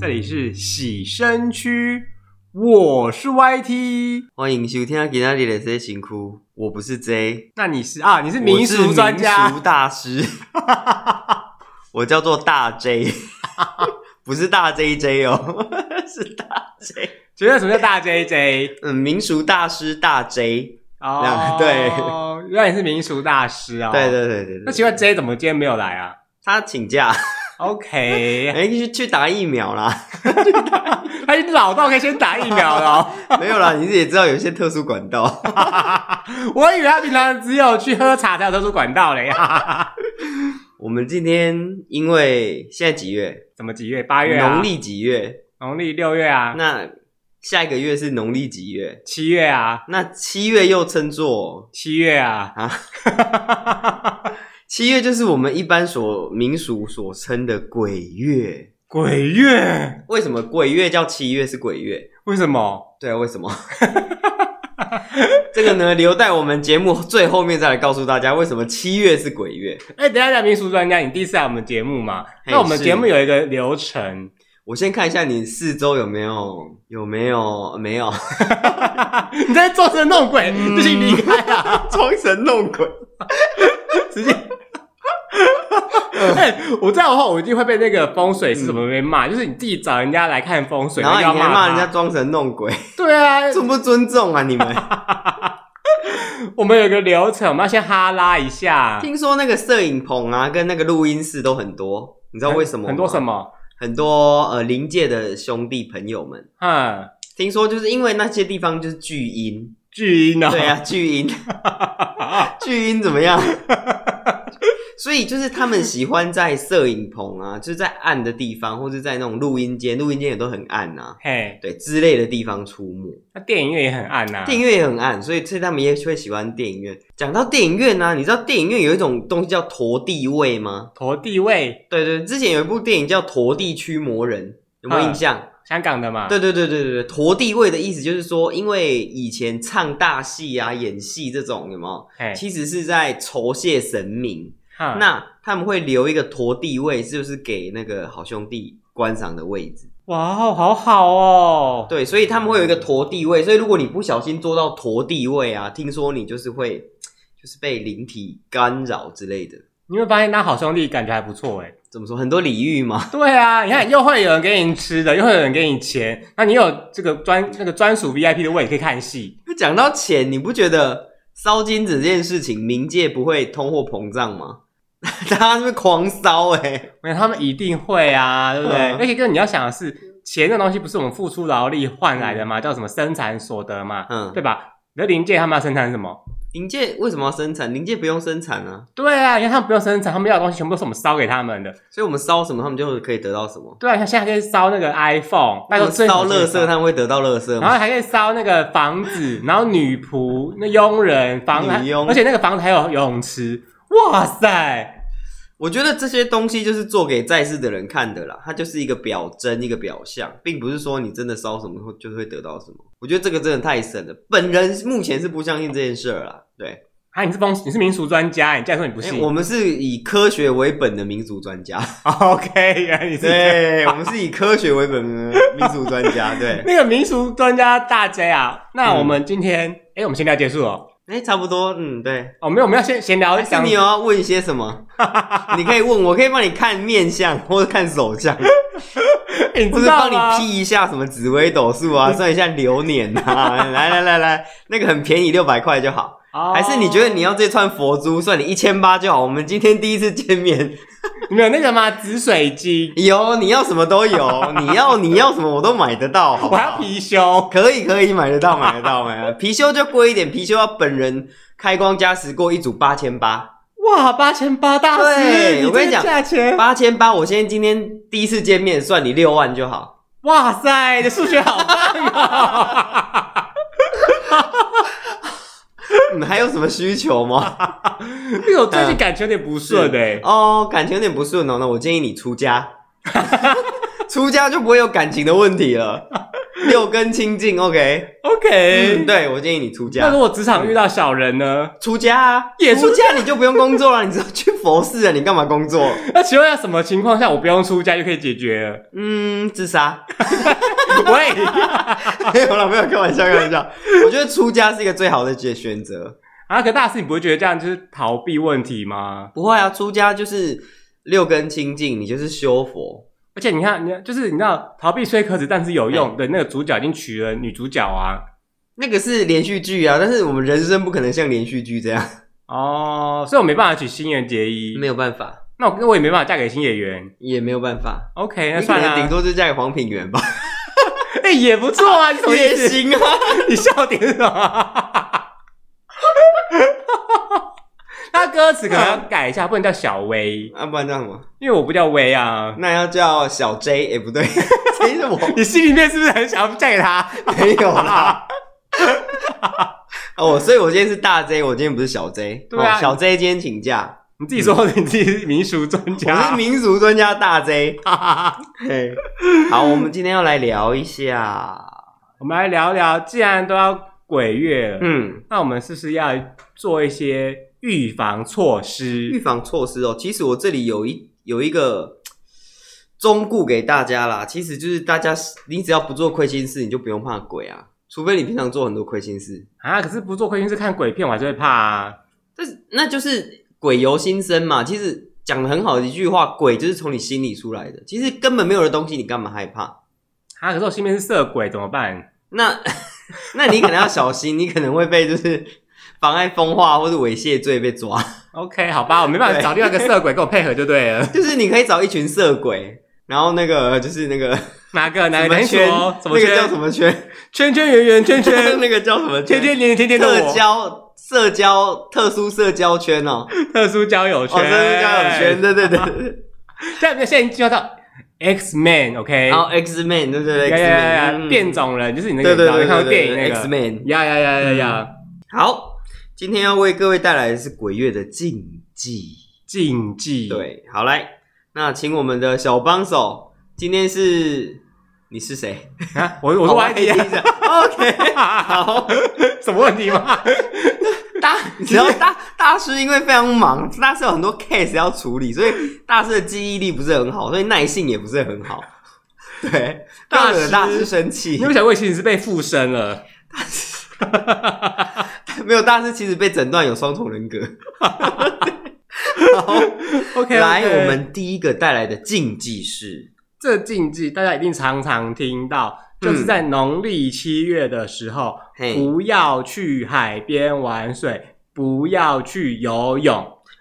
这里是洗身区，我是 YT，欢迎收听今天的这辛苦，我不是 J，那你是啊？你是我民是俗专民俗家，大师， 我叫做大 J，不是大 JJ 哦， 是大 J，觉得什么叫大 JJ？嗯，民俗大师大 J，哦，对，原来你是民俗大师哦。对对对对那对，奇怪 J 怎么今天没有来啊他请假， ？OK，哎，去去打疫 苗啦，他已经老到可以先打疫苗了 哦、没有啦，你也知道有一些特殊管道， 我以为他平常只有去喝茶才有特殊管道 嘞。我们今天因为现在几月？怎么几月？八月啊？农历几月？农历六月啊？那下一个月是农历几月？七月啊？那七月又称作七月啊？七月，就是我们一般所民俗所称的鬼月。鬼月？为什么鬼月叫七月是鬼月？为什么？对啊，为什 么？这个呢，留待我们节目最后面再来告诉大家为什么七月是鬼月。哎、等一下讲民俗专家，你第一次来我们节目嘛？嘿那我们是节目有一个流程， 我先看一下你四周有没有有没有没有你在做神弄鬼，嗯就请离开 啊！装神弄鬼，直接嗯哎、我这样的话，我一定会被那个风水师怎么被骂，就是你自己找人家来看风水，然后要你还骂人他家装神弄鬼，对啊，尊不尊重啊你们？我们有一个流程，我们要先哈拉一下，听说那个摄影棚啊，跟那个录音室都很多，你知道为什么吗很多什么？很多呃灵界的兄弟朋友们，嗯，听说就是因为那些地方就是巨阴，巨婴呢？哦对啊，巨阴，巨阴怎么样？所以就是他们喜欢在摄影棚啊，就是在暗的地方，或是在那种录音间，录音间也都很暗啊，嘿，对之类的地方出没。那电影院也很暗呐、电影院也很暗，所以所以他们也会喜欢电影院。讲到电影院呢、啊你知道电影院有一种东西叫陀地位吗？陀地位，对对，之前有一部电影叫《陀地驱魔人》，有没有印象？香港的嘛，对对对对对对，陀地位的意思就是说，因为以前唱大戏啊、演戏这种，有没有？嘿，其实是在酬谢神明。哈那他们会留一个陀地位，就是给那个好兄弟观赏的位置。哇，好好哦，对，所以他们会有一个陀地位，所以如果你不小心做到陀地位啊，听说你就是会就是被灵体干扰之类的。你会发现当好兄弟感觉还不错哎。怎么说？很多礼遇嘛。对啊，你看又会有人给你吃的，又会有人给你钱，那你有这个专那个专属 VIP 的位置可以看戏，讲到钱，你不觉得烧金子这件事情，冥界不会通货膨胀吗？ 大家是不是狂烧哎、我想他们一定会啊，对不对？嗯那个你要想的是，钱这东西不是我们付出劳力换来的嘛，叫什么生产所得嘛，嗯对吧？你的零件他们要生产什么？灵界为什么要生产？灵界不用生产啊，对啊，因为他们不用生产，他们要的东西全部都是我们烧给他们的。所以我们烧什么，他们就可以得到什么。对啊，像现在可以烧那个 iPhone，那时候最嗯啊烧火乐的色，他们会得到乐色然吗？后还可以烧那个房子，然后女仆、那佣人、房女佣而且那个房子还有游泳池，哇塞！我觉得这些东西就是做给在世的人看的啦，它就是一个表征，一个表象，并不是说你真的烧什么会就会得到什么。我觉得这个真的太神了，本人目前是不相信这件事儿啦。对，啊，你是风，你是民俗专家，你竟然说你不哎信、我们是以科学为本的民族专家， OK，原来你是对，我们是以科学为本的民族专 家。对，那个民俗专家大 J 啊。那嗯我们今天，哎、我们闲聊结束哦。哎、差不多，嗯，对。哦，没有，我们要先闲聊还是讲你有要问一些什 么？你可以问我，可以帮你看面相或者看手相，啊哎你或知者道帮吗你？批一下什么紫微斗数啊，算一下流年啊。 来来来来，那个很便宜，六百块就好。哦还是你觉得你要这串佛珠，算你一千八就好？我们今天第一次见面，你们有那个吗？紫水晶，有你要什么都有，你要你要什么我都买得到，好不我要好？貔貅。可以可以买得到买 得到买得到，貔貅就贵一点，貔貅要本人开光加持过一组八千八。哇，八千八大师，对你我跟这你个讲价钱，八千八，我现在今天第一次见面，算你六万就好。哇塞，你的数学好 棒啊！你嗯们还有什么需求 吗？因为我最嗯近感情有点不顺哎、哦，感情有点不顺 哦，那我建议你出家，出家就不会有感情的问题了。六根清净，OK。 OK，、嗯，对我嗯建议你出那家如，果职场遇到小人呢？出家啊，也出出家你就不用工作了，你只要去佛寺啊了，你干嘛工作？那请问要什么情况下我不用出家就可以解决了？ 嗯，自杀。喂， 没有了，没有开玩笑，开玩 笑。我觉得出家是一个最好的解选择。啊，可大师，你不会觉得这样就是逃避问题吗？不会啊，出家就是六根清净，你就是修佛。而且你看，你看就是你知道逃避虽可耻，但是有嗯用的那个主角已经娶了女主角啊。那个是连续剧啊，但是我们人生不可能像连续剧这样，哦，所以我没办法娶新垣结衣，没有办法，那我我也没办法嫁给新演员。也没有办法。 OK，那你可算能顶了，啊多就嫁给黄品源吧，哎、也不错啊，你什么意 也思？行啊。你笑点是什么？ 那歌词可能要改一下，不能叫小薇， 啊，不然叫什么？因为我不叫薇啊。那要叫小 J，哎、不对， 谁是我？你心里面是不是很想要嫁给他？没有啦。 哦，所以我今天是大 J，我今天不是小 J。对啊哦小 J 今天请假，你自己说你自己是民俗专嗯我家，是民俗专家大 J。嘿 好，我们今天要来聊一下，我们来聊聊，既然都要鬼月了，嗯，那我们是不是要做一些预防措预施？防措施哦。其实我这里有一有一个忠告给大家啦，其实就是大家，你只要不做亏心事，你就不用怕鬼啊，除非你平常做很多亏心事，啊，可是不做亏心事看鬼片，我还是会怕啊。但是那就是鬼由心生嘛。其实讲的很好的一句话，鬼就是从你心里出来的。其实根本没有的东西，你干嘛害怕？啊，可是我心里面是色鬼，怎么办？那 那你可能要小心，你可能会被就是妨碍风化或是猥亵罪被抓。 OK，好吧，我没办法对找另外一个色鬼跟我配合就对 了。就是你可以找一群色鬼，然后那个就是那个哪个哪个什么哪一圈，说什么那个叫什圈？么圈？圈圈圆圆 圈圈，那个叫什么圈？圈圈圆圆天天的特我，交社交特殊社交圈哦，哦，特殊交友特圈，哎殊交友圈，。对对对对。现在现在已经叫到 X Man，OK，然后 X Man，对对对呀，X 呀呀呀 Man，变种人就是你那个，对对你对知道吗看过对电影对那，X 嗯个， Man。呀呀呀呀呀，好，今天要为各位带来的是鬼月的禁忌。禁忌，，对，好来，那请我们的小帮手，今天是你是谁？啊，我我说还 YT 啊， OK，好， 什么问题吗？ 大只要大大师因为非常忙，大师有很多 case 要处理，所以大师的记忆力不是很好，所以耐性也不是很好。 对，大师不要惹大师生气你 有没有，想过，其实是被附身了？没有大师其实被诊断有双重人格。 好 OK，来，我们第一个带来的禁忌是，这禁忌大家一定常常听到，就是在农历七月的时候，嘿，不要去海边玩水，不要去游泳。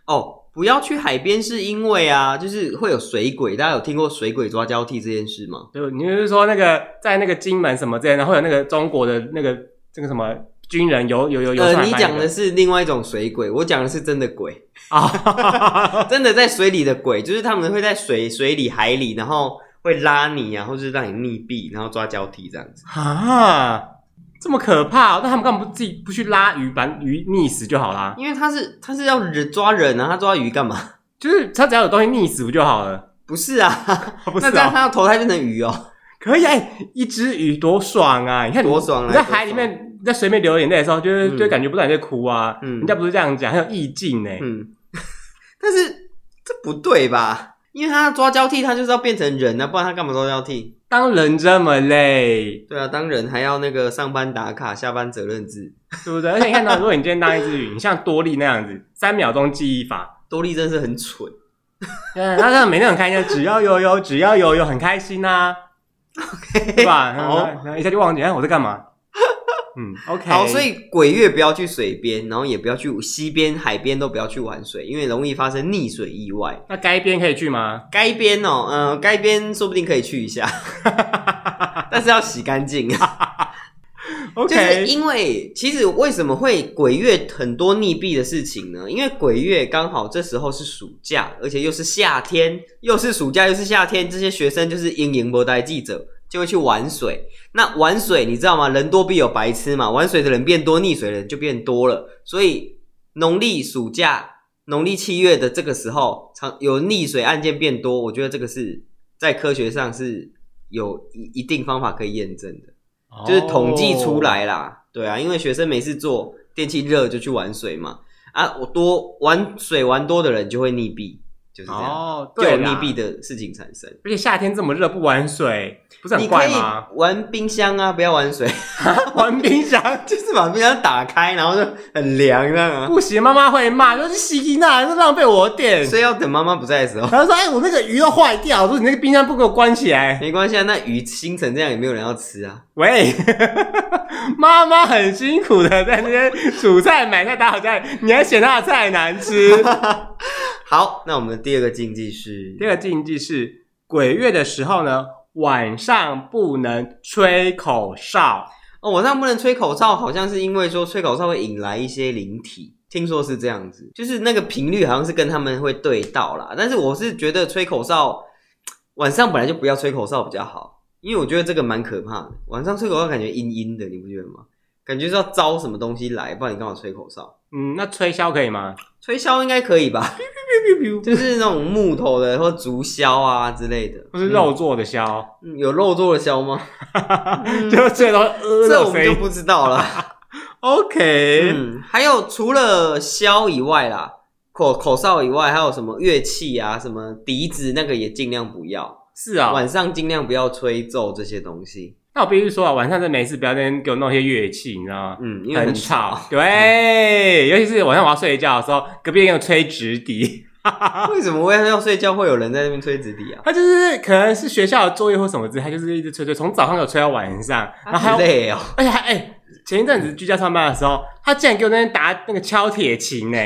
哦，不要去海边，是因为啊，就是会有水鬼。大家有听过水鬼抓交替这件事吗？对，你就是说那个在那个金门什么之类的，然后有那个中国的那个这个什么军人游游游游上呃，来你把讲那的个是另外一种水鬼，我讲的是真的鬼，啊， 真的在水里的鬼，就是他们会在水水里、海里，然后会拉你啊，或是让你溺毙，然后抓交替这样子。啊，这么可怕、那他们干嘛不自己不去拉鱼，把鱼溺死就好啦？因为他是他是要人抓人啊，他抓鱼干嘛？ 就是他只要有东西溺死不就好了？不是啊，不是那这样啊，他要投胎变成 鱼哦，可以哎、一只鱼多爽啊！你看你多爽啊！你在多海里爽，面，在水里面流眼泪的时候，就是、嗯就感觉不断在哭啊。嗯人家不是这样讲，很有意境呢、嗯， 但是这不对吧？因为他要抓交替，他就是要变成人啊，不然他干嘛抓交替？当人这么累，对啊，当人还要那个上班打卡，下班责任制。对 不对？而且你看到，如果你今天当一只鱼，你像多利那样子，三秒钟记忆法，多利真是很蠢， 嗯，他让每天很开心，只要游游，只要游游，很开心呐、对 吧？然后好然后一下就忘记，哎，我在干 嘛？嗯，OK。哦好，所以鬼月不要去水边，然后也不要去溪边、海边，都不要去玩水，因为容易发生溺水意外。那该边可以去吗？该边哦，嗯、呃，该边说不定可以去一下， 但是要洗干净。就是因为其实为什么会鬼月很多溺毙的事情呢？因为鬼月刚好这时候是暑假，而且又是夏天，又是暑假又是夏天，这些学生就是因营博呆记者就会去玩水。那玩水你知道吗？人多必有白痴嘛，玩水的人变多，溺水的人就变多了。所以农历暑假、农历七月的这个时候，常有溺水案件变多，我觉得这个是在科学上是有一一定方法可以验证的。就是统哦计出来啦。对啊，因为学生没事做，天气热就去玩水嘛。啊，我多玩水玩多的人就会溺毙，就是这样，哦，就有对溺啦毙，的事情产生。而且夏天这么热，不玩水不是你很可怪以 吗？玩冰箱啊，不要玩水， 玩冰箱就是把冰箱打开，然后就很凉这样啊。不行，妈妈会骂，说是西吉娜，是浪费我的电。所以要等妈妈不在的时候， 然后说，哎、我那个鱼要坏掉，我说你那个冰箱不给我关起来。没关系啊。那鱼腥成这样也没有人要吃啊。 喂， 妈妈很辛苦的在那边煮菜、买菜、打好菜，你还嫌她的菜难吃。好，那我们的第二个禁忌是，第二个禁忌是鬼月的时候呢，晚上不能吹口哨。哦，晚上不能吹口哨，好像是因为说吹口哨会引来一些灵体，听说是这样子，就是那个频率好像是跟他们会对到啦。但是我是觉得吹口哨晚上本来就不要吹口哨比较好，因为我觉得这个蛮可怕的。晚上吹口哨感觉阴阴的，你不觉得吗？感觉是要招什么东西来，不然你干嘛吹口哨？嗯，那吹箫可以吗？吹箫应该可以吧？ 就是那种木头的或竹箫啊之类的，不是肉做的箫，嗯、有肉做的 箫吗？嗯就最多呃这的我们声就音。不知道了。 OK，、嗯，还有除了箫以外啦，口口哨以外，还有什么乐器啊，什么笛子那个也尽量不要，是啊、晚上尽量不要吹奏这些东西。那我必须说啊，晚上真没事，不要在那边给我弄一些乐器，你知道吗？嗯，因为很吵。吵，对，尤其是晚上我要睡觉的时候，隔壁给我吹直笛，为什么晚上要睡觉会有人在那边吹直笛啊？他就是可能是学校的作业或什么之类，他就是一直吹吹，从早上给我吹到晚上，然啊后还好要啊累哦，而且还哎、前一阵子居家上班的时候，他竟然给我在那边打那个敲铁琴呢、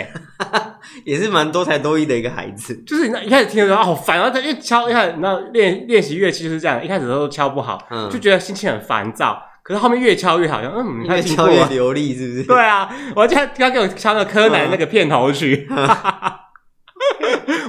也是蛮多才多艺的一个孩子。就是你知道一开始听的时候啊好烦，然后他一敲，一开始你知道练练习乐器就是这样，一开始都敲不好，嗯就觉得心情很烦躁。可是后面越敲越好，像嗯，他越进敲步越了。流利，是不是？ 对啊，我记得他给我敲那个柯南那个片头曲，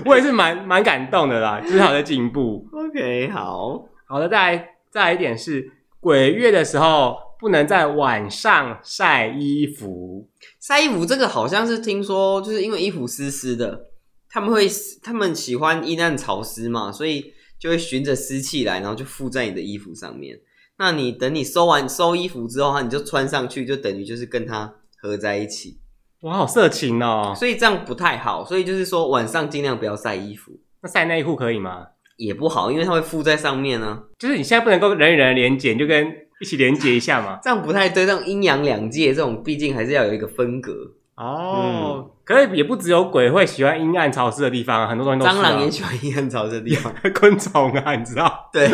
我也是蛮蛮感动的啦，至少在进步。 ，OK，好，好的，再来再来一点是鬼月的时候不能在晚上晒衣服。晒衣服这个好像是听说，就是因为衣服湿湿的，他们会他们喜欢阴暗潮湿嘛，所以就会循着湿气来，然后就附在你的衣服上面。那你等你收完收衣服之后，哈，你就穿上去，就等于就是跟它合在一起，哇，好色情哦！所以这样不太好。所以就是说晚上尽量不要晒衣服，那晒内裤可以吗？也不好，因为它会附在上面啊呢、就是你现在不能够人与人连接，你就跟一起连接一下嘛。这样不太对。这种阴阳两界，这种毕竟还是要有一个分隔。哦，可以也不只有鬼会喜欢阴暗潮湿的地方啊，很多东西都是蟑啊、螂也喜欢阴暗潮湿的地方， 昆虫啊，你知道？对，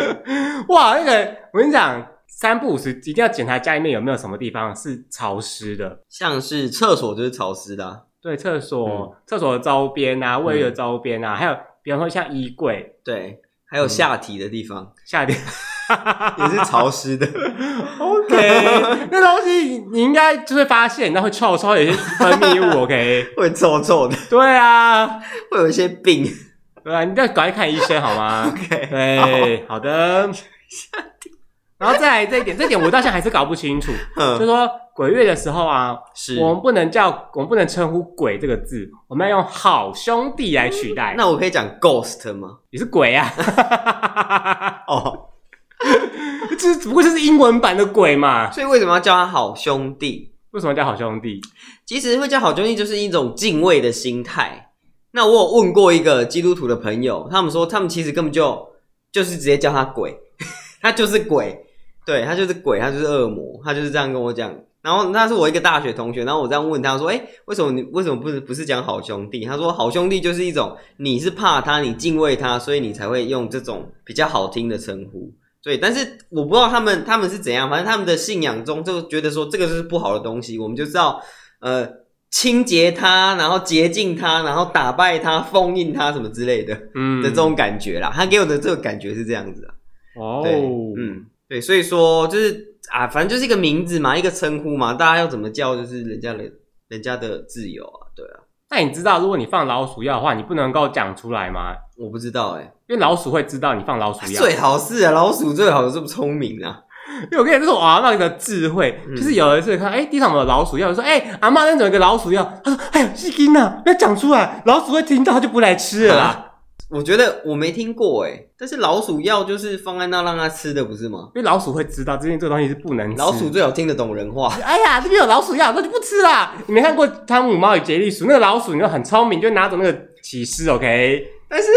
哇，那个我跟你讲，三不五时一定要检查家里面有没有什么地方是潮湿的。像是厕所就是潮湿的啊、对，厕所、厕所的周边啊，卫浴的周边啊，还有比方说像衣柜，对，还嗯有下体的地方、夏天。也是潮湿的。 OK，那东西你应该就会发现，那会臭臭，有些分泌物。OK， 会臭臭的，对啊，会有一些病。 对啊，你再赶快看医生好吗？ OK，对，好的。然后再来这一点，这一点我到现在还是搞不清楚。就嗯，说鬼月的时候啊，是。我们不能叫，我们不能称呼鬼这个字，我们要用好兄弟来取代。嗯那我可以讲 ghost 吗？你是鬼啊， 哦，这只不过就是英文版的鬼嘛。所以为什么要叫他好兄弟？为什么叫好兄弟？其实会叫好兄弟，就是一种敬畏的心态。那我有问过一个基督徒的朋友，他们说他们其实根本就就是直接叫他鬼， 他就是鬼，对他就是鬼，他就是恶魔，他就是这样跟我讲。然后那是我一个大学同学，然后我这样问他说：“哎，为什么你为什么不是不是讲好兄弟？”他说：“好兄弟就是一种你是怕他，你敬畏他，所以你才会用这种比较好听的称呼。”对，但是我不知道他们他们是怎样，反正他们的信仰中就觉得说这个就是不好的东西，我们就知道呃清洁它，然后洁净它，然后打败它、封印它什么之类的嗯的这种感觉啦。他给我的这个感觉是这样子啊，哦对，，嗯，对，所以说就是啊，反正就是一个名字嘛，一个称呼嘛，大家要怎么叫就是人家的人家的自由啊，对啊，那你知道，如果你放老鼠药的话，你不能够讲出来吗？我不知道哎、因为老鼠会知道你放老鼠药。最好是啊，老鼠最好这么聪明啊，因为我跟你讲，这是我阿妈的智慧，嗯就是有一次看，哎、地上有没有老鼠药，我说，哎、阿妈那啊啊怎么有一个老鼠药？她说，哎呀，细金呐，不要讲出来，老鼠会听到，它就不来吃了啦。我觉得我没听过哎、但是老鼠药就是放在那让它吃的，不是吗？因为老鼠会知道这件这个东西是不能吃。老鼠最好听得懂人话， 哎呀，这边有老鼠药，那就不吃啦。你没看过《汤姆猫与杰利鼠》？那个老鼠你就很聪明，就拿走那个起司，OK？但是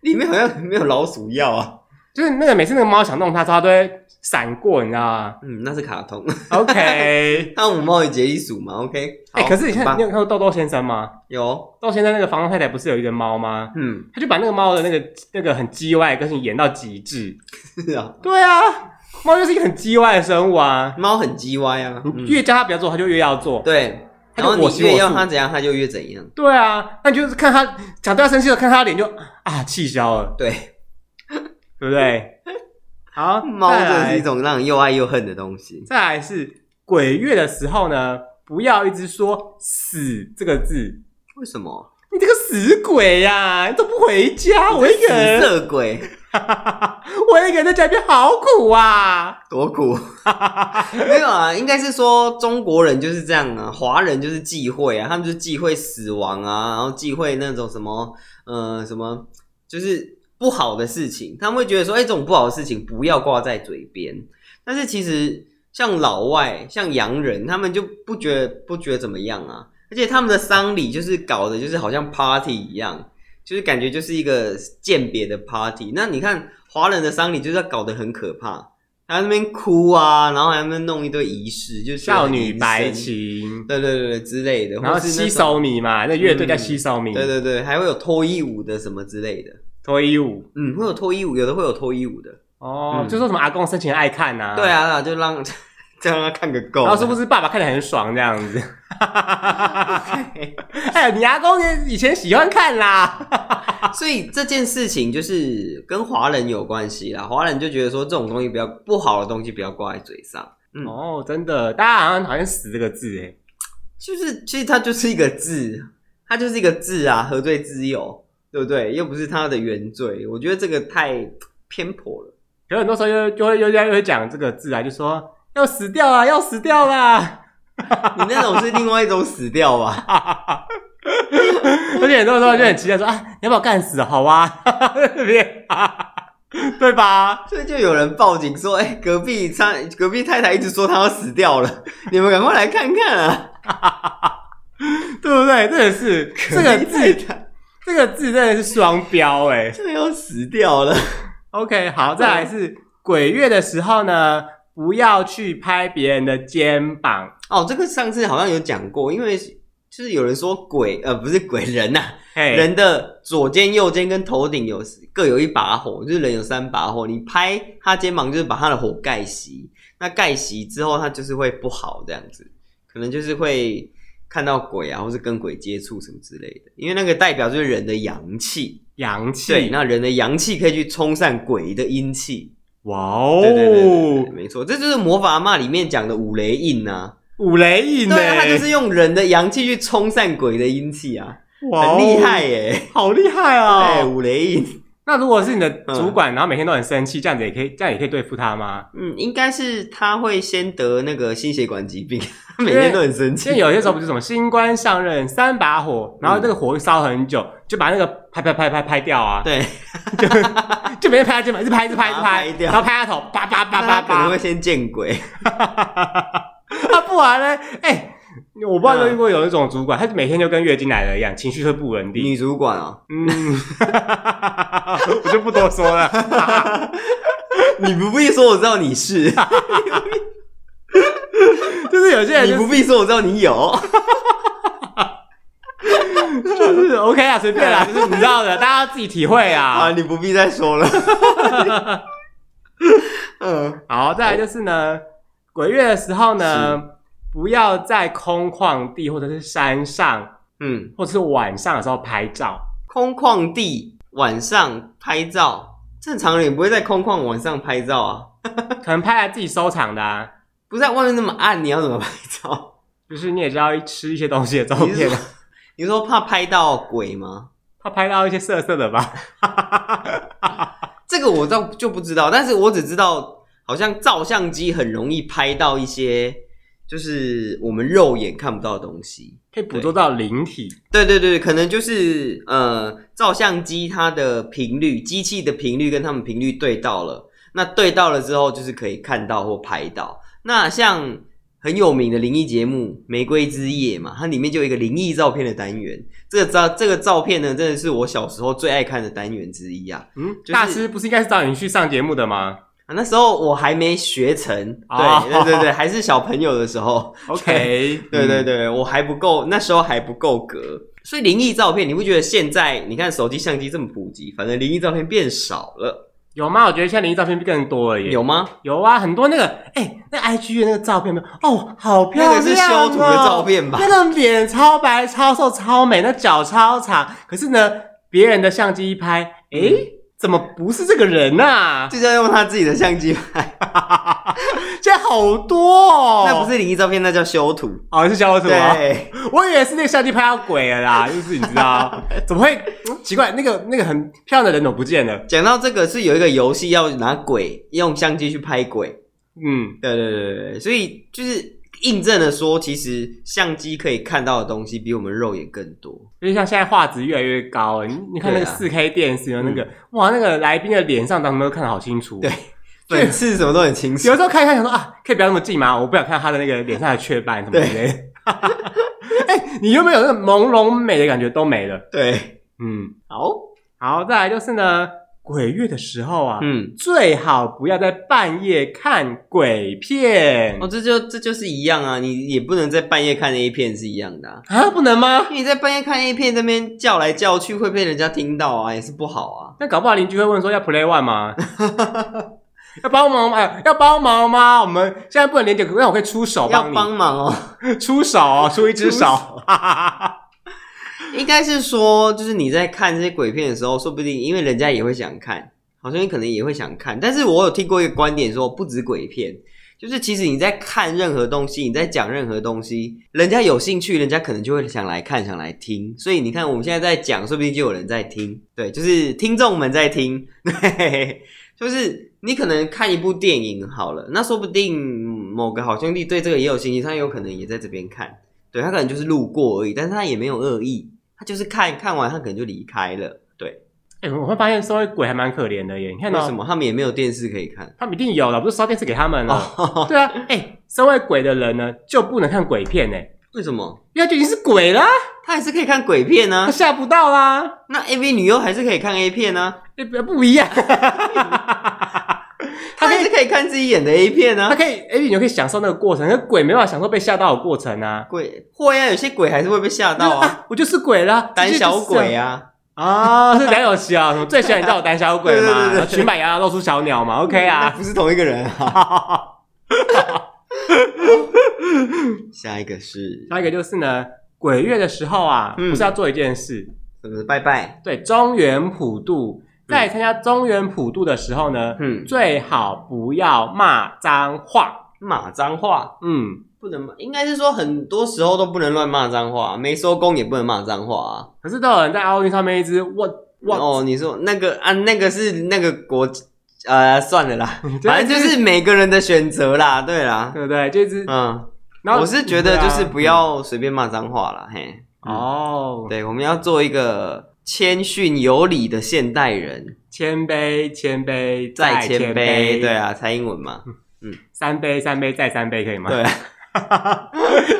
里面好像没有老鼠药啊。就是那个每次那个猫想弄它，它都会闪过，你知道吗嗯，那是卡通， ？OK。汤姆猫与杰利鼠嘛，OK 好。哎、可是你看，你很棒有看过豆豆先生吗？有，哦豆先生那个房东太太不是有一只猫吗？嗯，他就把那个猫的那个那个很叽歪的个性演到极致。是啊，对啊，猫就是一个很叽歪的生物啊，猫很叽歪啊，你嗯、越叫它不要做，它就越要做。对，它然就后我你行我越要素它怎样，它就越怎样，对啊，那你就是看它讲对它生气了，看它脸就啊气消了，对，对不对？好，猫再真来的是一种让人又爱又恨的东西。再来是鬼月的时候呢，不要一直说“死”这个字，为什么？你这个死鬼呀、你都不回家，我一死个人，色鬼我一个人在家里面好苦啊！多 苦，没有啊，应该是说中国人就是这样啊，华人就是忌讳啊，他们就忌讳死亡啊，然后忌讳那种什么呃什么，就是不好的事情，他们会觉得说，哎、这种不好的事情不要挂在嘴边。但是其实像老外、像洋人，他们就不觉得不觉得怎么样啊，而且他们的丧礼就是搞的，就是好像 party 一样，就是感觉就是一个鉴别的 party。那你看华人的丧礼就是要搞得很可怕，还在那边哭啊，然后还在那边弄一堆仪式，就是少女白起，琴，对对对对之类的，然后或是那吸种，手米嘛，那乐队叫嗯吸手米，对对对，还会有脱衣舞的什么之类的，脱衣舞。嗯，会有脱衣舞，有的会有脱衣舞的，哦，嗯就说什么阿公生前爱看呐、对，啊，那就让 就让他看个够啊，然后是不是爸爸看得很爽这样 子？哎呀，你阿公也以前喜欢看啦。所以这件事情就是跟华人有关系啦，华人就觉得说这种东西不要不好的东西不要挂在嘴上，嗯哦，真的，大家好像讨厌“死”这个字，哎，就是其实它就是一个字，它就是一个字啊，何罪之有，对不对？又不是他的原罪，我觉得这个太偏颇了。有很多时候又就会又又又会讲这个字啊，就说要死掉啊，要死掉啊啦。你那种是另外一种死掉吧？ 而且很多时候就很期待说啊，你要不要干死？好啊， 对不对？对吧？所以就有人报警说，哎、隔壁他隔壁太太一直说她要死掉了，你们赶快来看看啊！对不对？真的是这个隔壁字，太太这个字真的是双标哎、真的 要死掉了。 OK，好， 再来是鬼月的时候呢，不要去拍别人的肩膀。哦，这个上次好像有讲过，因为就是有人说鬼呃不是鬼人呐、嘿，人的左肩、右肩跟头顶有各有一把火，就是人有三把火，你拍他肩膀就是把他的火盖熄，那盖熄之后他就是会不好这样子，可能就是会看到鬼啊，或是跟鬼接触什么之类的，因为那个代表就是人的阳气，阳对，气，那人的阳气可以去冲散鬼的阴气，哇哦，对对对对对，没错，这就是魔法阿嬷里面讲的五雷印呐、五雷印欸呢、对啊，他就是用人的阳气去冲散鬼的阴气啊，哇哦很厉害，耶！好厉害嗯哦！哎，五雷印，那如果是你的主管，然后每天都很生气，这样子也可以，这样也可以对付他吗？嗯，应该是他会先得那个心血管疾病， 每天都很生现在气。有些时候不是什么新官上任三把火，然后这个火会烧很久，就把那个拍拍拍拍拍掉啊， 对，就每天拍他肩膀，一直拍一直拍一直把它拍拍，掉然后拍他头，叭叭叭叭他可能 叭会，先见鬼。啊不然呢？哎、我不知道有没有遇过有一种主管，他每天就跟月经来了一样，情绪会不稳定。女主管哦，嗯， 我就不多说了。你不必说我知道 你是， 就是有些人你就是啊不必说我知道你有。就是 OK 啊，随便啦，就是你知道 的，大家要自己体会啊，啊。你不必再说了。 嗯，好，再来就是呢，鬼月的时候呢，不要在空旷地或者是山上，嗯，或者是晚上的时候拍照。空旷地晚上拍照，正常人也不会在空旷晚上拍照啊。可能拍来自己收藏的、啊，不是在外面那么暗，你要怎么拍照？就是你也知道吃一些东西的照你是片说嘛，你说怕拍到鬼吗？他拍到一些色色的 吧？这个我倒就不知道，但是我只知道好像照相机很容易拍到一些就是我们肉眼看不到的东西。可以捕捉到灵体，对对对，可能就是呃，照相机它的频率，机器的频率跟它们频率对到了，那对到了之后就是可以看到或拍到。那像很有名的灵异节目《玫瑰之夜》嘛，它里面就有一个灵异照片的单元。这个照这个照片呢，真的是我小时候最爱看的单元之一啊！嗯，是大师不是应该是找你去上节目的吗啊，那时候我还没学成，对、哦对对对，还是小朋友的时候。 ？OK，对对 嗯，对，我还不够，那时候还不够格。所以灵异照片，你不觉得现在你看手机相机这么普及，反正灵异照片变少了，有吗？我觉得现在灵异照片更多了耶，有吗？有啊，很多那个，哎、那 IG 的那个照片有没有？哦，好漂亮、那哦！个是修图的照片吧那个脸超白、超瘦、超美，那脚超长。可是呢，别人的相机一拍，哎、嗯怎么不是这个人呐、啊？就像用他自己的相机拍，现在好多哦， 那不是灵异照片，那叫修图。哦，是修图啊？对，我以为是那个相机拍到鬼了啦，就是你知 道，怎么会、嗯奇怪？那个那个很漂亮的人怎么不见了？讲到这个是有一个游戏要拿鬼用相机去拍鬼，嗯，对对对对对，所以就是印证了说，其实相机可以看到的东西比我们肉眼更多。因为像现在画质越来越高了，你你看那个对啊嗯四 K 电视，有那个、哇，那个来宾的脸上当中都看得好清楚。对粉刺什么都很清楚 有。时候看一看，想说啊，可以不要那么近吗？我不想看他的那个脸上的雀斑什么之类的。 哎、你有没有那种朦胧美的感觉？都没了。对，嗯，好，好，再来就是呢，鬼月的时候啊，嗯，最好不要在半夜看鬼片、哦，这就这就是一样啊，你也不能在半夜看 A 片是一样的、啊，啊，不能吗？因为你在半夜看 A 片那边叫来叫去会被人家听到啊，也是不好啊。那搞不好邻居会问说要 play one 吗？ 要帮忙吗？哎要帮忙吗？我们现在不能连接，那我可以出手要帮你帮忙哦，出手哦，出一只出手。 应该是说，就是你在看这些鬼片的时候，说不定因为人家也会想看，好像你可能也会想看。但是我有听过一个观点说，不止鬼片，就是其实你在看任何东西，你在讲任何东西，人家有兴趣，人家可能就会想来看，想来听。所以你看，我们现在在讲，说不定就有人在听，对，就是听众们在听， 对，就是你可能看一部电影好了，那说不定某个好兄弟对这个也有兴趣，他有可能也在这边看。对他可能就是路过而已，但是他也没有恶意，他就是看看完，他可能就离开了。对，哎、我会发现说鬼还蛮可怜的耶，你看为到什么他们也没有电视可以看？他们一定有了，不是烧电视给他们了。哦，对啊，哎、身为鬼的人呢，就不能看鬼片哎、 为什么？因为他就已经是鬼啊啦，他还是可以看鬼片呢、他吓不到 啦，那 A V 女优还是可以看 A 片啊呢、哎不不一样。他还是可以看自己演的 A 片呢、啊他可以，哎、你就可以享受那个过程，可是鬼没办法享受被吓到的过程啊。鬼会啊，有些鬼还是会被吓到就是啊，啊，我就是鬼啦，胆小鬼啊！啊，啊，是梁咏琪啊，什么最喜欢你叫我胆小鬼嘛， 对对对对然后裙摆摇摇露出小鸟嘛，OK 那啊。不是同一个人啊。 下一个是下一个就是呢，鬼月的时候啊，嗯不是要做一件事，什么？拜拜，对，中原普渡，在参加中原普渡的时候呢，嗯，最好不要骂脏话。骂脏话。嗯，不能骂，应该是说很多时候都不能乱骂脏话，啊没收工也不能骂脏话啊。可是都有人在奥运上面一直我我，哦，你说那个啊，那个是那个国，呃，算了啦，反正就一直是每个人的选择啦，对啦，对不对？就一直，嗯，然后我是觉得就是不、对啊要随便骂脏话啦，嘿，嗯哦，对，我们要做一个谦逊有礼的现代人，谦卑谦卑再谦谦卑，对，啊，蔡英文嘛，三杯三杯再三杯可以吗？对，啊，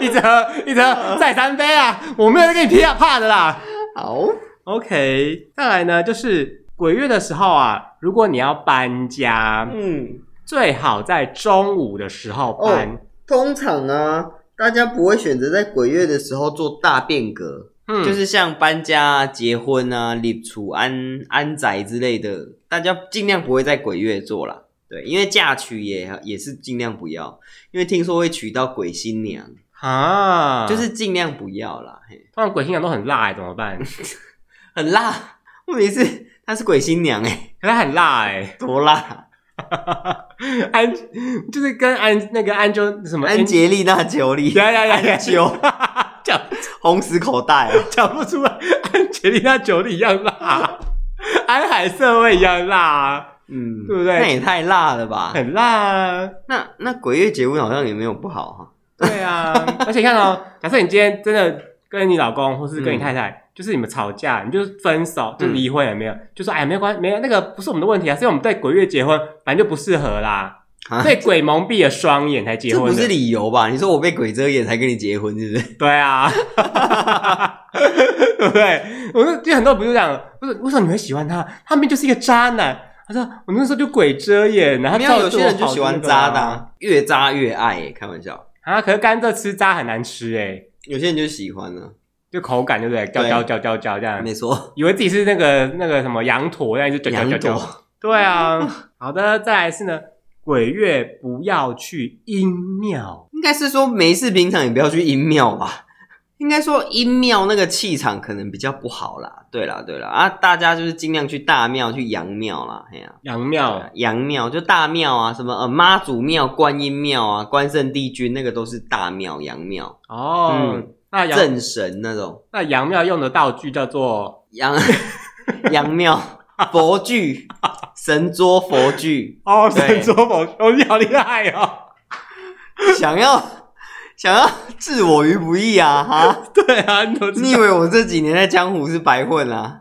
一直喝一直喝再三杯啊！我没有在跟你怕怕的啦。好， OK，再来呢，就是鬼月的时候啊，如果你要搬家，嗯，最好在中午的时候搬。哦通常啊，大家不会选择在鬼月的时候做大变革，嗯，就是像搬家、啊、结婚啊、立储、安安宅之类的，大家尽量不会在鬼月做啦。对，因为嫁娶也也是尽量不要，因为听说会娶到鬼新娘，啊，就是尽量不要啦。嘿，通常鬼新娘都很辣、欸，怎么办？可是很辣，问题是她是鬼新娘哎、她很辣哎、 多辣！欸，安就是跟安那个安啾什么安，杰丽娜·裘丽，呀呀呀呀，啾， 讲 红死口袋哦、讲不出来，安杰丽娜裘丽一样辣，安海瑟薇一样辣，嗯，对不对那也太辣了吧？很辣啊。那那鬼月结婚好像也没有不好哈、对啊，而且你看哦，假设你今天真的跟你老公或是跟你嗯太太，就是你们吵架，你就是分手，就离婚了没有？就说哎，没关，没有那个不是我们的问题啊，是因为我们在鬼月结婚，反正就不适合啦，啊，被鬼蒙蔽了双眼才结这婚不是的。理由吧？你说我被鬼遮眼才跟你结婚，是不是？对啊， 对不对？我就就很多人不是这样，不是为什么你会喜欢他？他明明就是一个渣男。他说：“我那时候就鬼遮眼，然后没有，照有着些人我就跑喜欢这个啊渣的、啊，越渣越爱、欸，开玩笑。啊！可是甘蔗吃渣很难吃哎、有些人就喜欢呢、就口感对不对？嚼对嚼嚼嚼嚼这样，没错，以为自己是那个那个什么羊驼，然后就嚼嚼羊嚼嚼。驼对啊，好的，再来是呢，鬼月不要去阴庙，应该是说没事，平常也不要去阴庙吧。应该说阴庙那个气场可能比较不好啦。对啦，对啦，啊，大家就是尽量去大庙、去阳庙啦。哎呀、阳庙阳庙就大庙啊，什么呃妈祖庙、观音庙啊、关圣帝君那个都是大庙、阳庙、哦。嗯那阳正神那种那阳庙用的道具叫做阳 阳庙佛具、神桌佛具。哦神桌宝， 哦你好厉害哦！ 想要想要置我于不义啊！ 哈，对啊，你都知你以道。为我这几年在江湖是白混啊？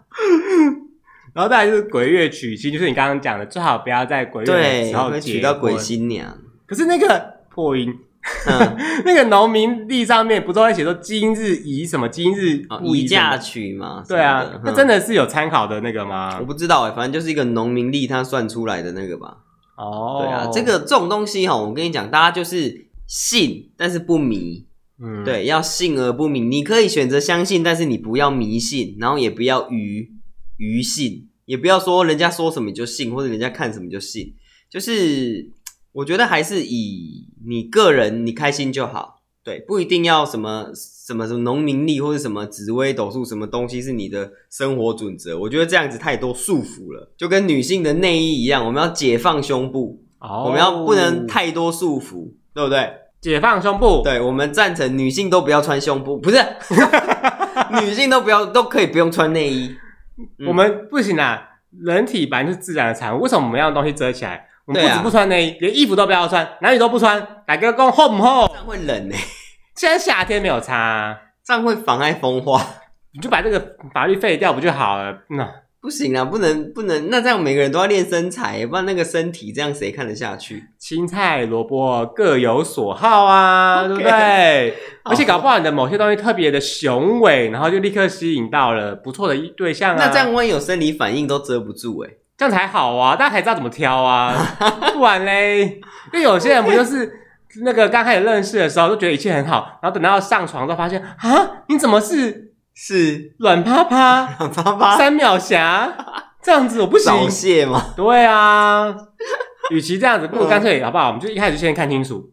然后再来就是鬼月娶亲，就是你刚刚讲的，最好不要在鬼月的对，时候会结娶到婚鬼。新娘。可是那个破音，嗯，那个农民历上面不都会写说今日宜什么，今日 哦不宜以什么嫁娶嘛。对啊，那嗯真的是有参考的那个吗我？不知道哎、反正就是一个农民历他算出来的那个吧。哦，对啊，这个这种东西哈，我跟你讲，大家就是信，但是不迷。嗯，对，要信而不迷。你可以选择相信，但是你不要迷信，然后也不要愚愚信，也不要说人家说什么你就信，或者人家看什么就信。就是我觉得还是以你个人你开心就好，对，不一定要什么什么什么农民力或者什么紫微斗数什么东西是你的生活准则。我觉得这样子太多束缚了，就跟女性的内衣一样，我们要解放胸部，哦，我们要不能太多束缚，对不对？解放胸部， 对，我们赞成女性都不要穿胸部，不是， 女性都不要都可以不用穿内衣。嗯我们不行啊，人体本来就是自然的产物，为什么我们要用东西遮起来？我们不对啊止不穿内衣，连衣服都不要穿，男女都不穿，哪个更厚不厚这？样会冷哎、 现在夏天没有差啊，这样会妨碍风化， 你就把这个法律废掉不就好了？那不行啊，不能不能，那这样每个人都要练身材，不然那个身体这样谁看得下去？青菜萝卜各有所好啊， OK 哦对不 对？而且搞不好，好你的某些东西特别的雄伟，然后就立刻吸引到了不错的一对象啊。那这样万一有生理反应都遮不住哎、这样才好啊，大家才知道怎么挑啊，不然嘞，因为有些人不就是那个刚开始认识的时候都觉得一切很好，然后等到上床之后发现啊，你怎么是是软趴 趴、软发 发三秒侠这样子，我不行。早泄吗？对啊，与其这样子，不如干脆好不好？我们就一开始就先看清楚。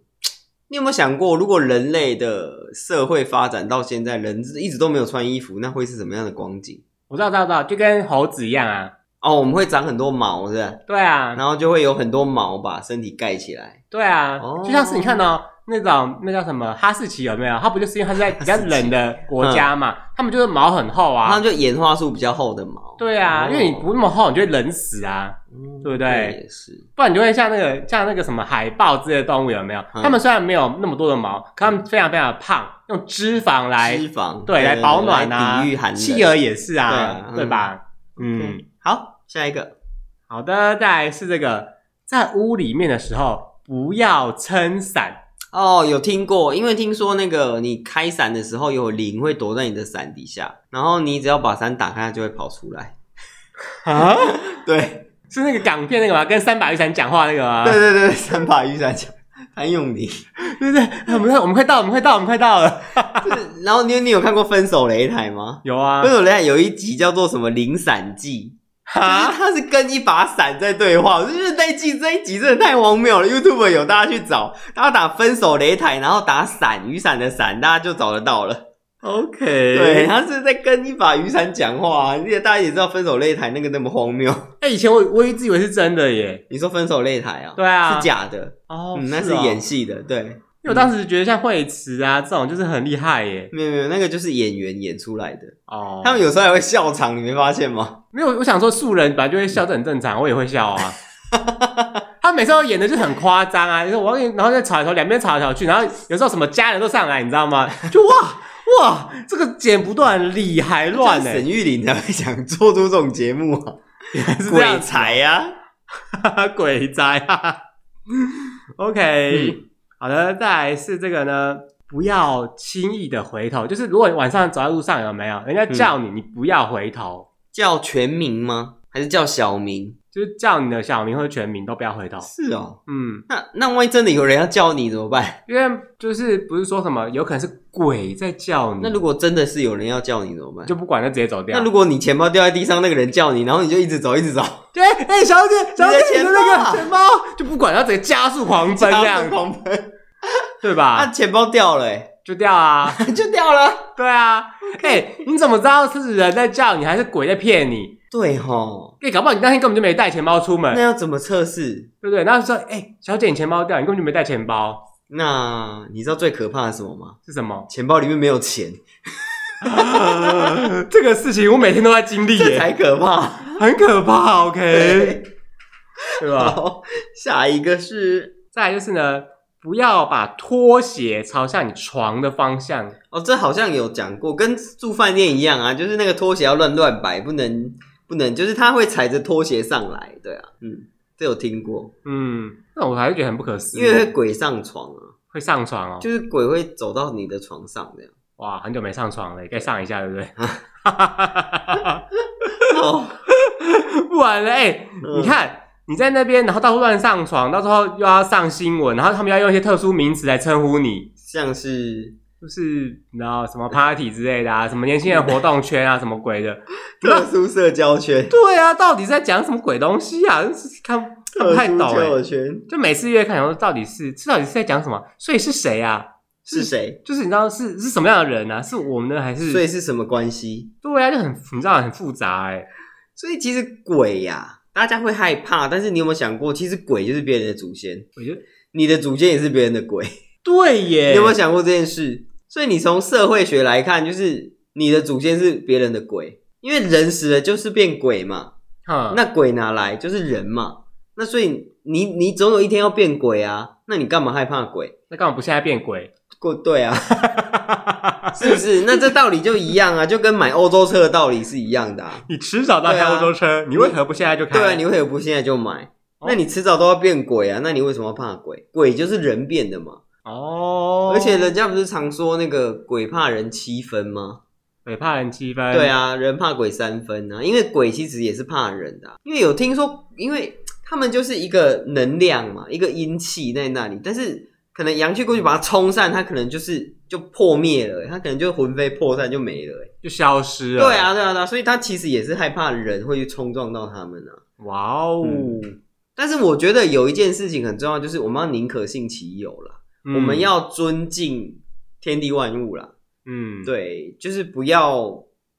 你有没有想过，如果人类的社会发展到现在，人一直都没有穿衣服，那会是什么样的光景？我知道，知道，知道，就跟猴子一样啊。哦，我们会长很多毛，是不是？对啊，然后就会有很多毛把身体盖起来。对啊，哦就像是你看哦，那种那叫什么哈士奇有没有？它不就是因为它是在比较冷的国家嘛，它们就是毛很厚啊它。就演化出比较厚的毛，对啊，哦因为你不那么厚，你就会冷死啊，嗯对不对也是，不然你就会像那个像那个什么海豹之类的动物有没有？嗯它们虽然没有那么多的毛，可它们非常非常的胖，用脂肪来脂肪对来保暖啊，来抵御寒冷。企鹅也是对啊啊，嗯对吧？嗯，嗯，好，下一个好的，再来是这个在屋里面的时候不要撑伞，哦，有听过，因为听说那个你开伞的时候有灵会躲在你的伞底下，然后你只要把伞打开，它就会跑出来。啊，对， 是那个港片那个吗？跟三把雨伞讲话那个吗？对对对，三把雨 伞讲谭咏麟，对对，我们快， 我们快到，我们快到，我们快到了。就是然后你你有看过《分手擂台》吗？有 啊分，手擂台有一集叫做什么“零散记”，啊，哈，他是跟一把伞在对话，我就觉得那一集这一集真的太荒谬了。YouTube 有大家去找，大家打分手擂台，然后打伞雨伞的伞，大家就找得到了。 ，OK，对，对。他是在跟一把雨伞讲话、啊，而且大家也知道分手擂台那个那么荒谬。 哎，以前我我一直以为是真的耶。你说分手擂台啊？对啊，是假的，哦，嗯，那是哦演。戏的，对，因为我当时觉得像惠慈啊这种就是很厉害耶。没有没有，那个就是演员演出来的。哦，他们有时候还会笑场，你没发现吗？ 没有？我想说素人本来就会笑，这很正常，我也会笑啊。他每次都演的就是很夸张啊，就是我要跟你，然后再吵一吵，两边吵来吵去，然后有时候什么家人都上来，你知道吗？就哇哇，这个剪不断，理还乱欸呢、就是沈玉琳才会想做出这种节目啊，是这样鬼子才啊呀、 鬼灾啊。OK，、好嗯的，再来是这个呢，不要轻易的回头，就是如果你晚上走在路上有没有人嗯家叫你，你不要回头，叫全名吗？还是叫小名？就是叫你的小名或全名都不要回头。是哦，嗯，那那万一真的有人要叫你怎么办？因为就是不是说什么有可能是鬼在叫你，那如果真的是有人要叫你怎么办？就不管就直接走掉。那如果你钱包掉在地上，那个人叫你，然后你就一直走，一直走，对，哎、小姐，小姐，你的你钱的包那啊个钱包就不管，它直接加速狂 奔这样，狂奔，对吧？啊，钱包掉了、欸， 就掉啊，就掉了。对啊。哎、你怎么知道是人在叫你，还是鬼在骗你？对吼，哎、搞不好你那天根本就没带钱包出门那，要怎么测试？对不对？然后说，哎、小姐，你钱包掉，你根本就没带钱包，那你知道最可怕的是什么吗？？是什么 钱包里面没有 钱，这个事情我每天都在经历这耶，才可怕。 很可怕。OK，对 吧？好，下一个是再来就是呢，不要把拖鞋朝向你床的方向。哦，这好像有讲过，跟住饭店一样啊，就是那个拖鞋要乱乱摆，不能不能，就是他会踩着拖鞋上来，对啊，嗯，这有听过，嗯，那我还是觉得很不可思因为会议，鬼上床啊，会上床哦。就是鬼会走到你的床上 这样。哇，很久没上床了，也该上一下，对不对？哦， 不然嘞，哎、嗯你看你在那边，然后到处乱上床，到时候又要上新闻，然后他们要用一些特殊名词来称呼你，像是就是你知道什么 party 之类的啊，什么年轻人活动圈啊，什么鬼 的。特殊社交圈，对啊，到底在讲什么鬼东西啊？真是看看特不 太殊懂哎、交友圈就每次越看，然后到底是这到底是在讲什么？所以是谁啊？是谁？ 就是你知道是是什么样的人啊？是我们呢，还是所以是什么关系？对啊，就很你知道很复杂哎、所以其实鬼呀、大家会害怕，但是你有没有想过，其实鬼就是别人的祖先，我觉得你的祖先也是别人的鬼。 对耶，你有没有想过这件事？所以你从社会学来看，就是你的祖先是别人的鬼，因为人死了就是变鬼嘛。哼那鬼哪来？就是人嘛。那所以你你总有一天要变鬼啊，那你干嘛害怕鬼？那干嘛不现在变 鬼？过对 啊，是不是？那这道理就一样啊，就跟买欧洲车的道理是一样的啊。你迟早到对开啊欧洲车，你为何不现在就开？对啊，你为何不现在就买？哦那你迟早都要变鬼啊，那你为什么要怕鬼？鬼就是人变的嘛。哦，而且人家不是常说那个鬼怕人七分吗？鬼怕人七分，对，啊，人怕鬼三分啊，因为鬼其实也是怕人的啊、因为有听说，因为他们就是一个能量嘛，一个阴气在那里，但是可能阳气过去把它冲散，它可能就是就破灭了欸、它可能就魂飞魄散就没了欸、就消失了。对，啊，对啊，对啊，所以它其实也是害怕人会去冲撞到他们啊。哇哦，嗯但是我觉得有一件事情很重要，就是我们要宁可信其有啦，嗯我们要尊敬天地万物啦。嗯，对，就是不要，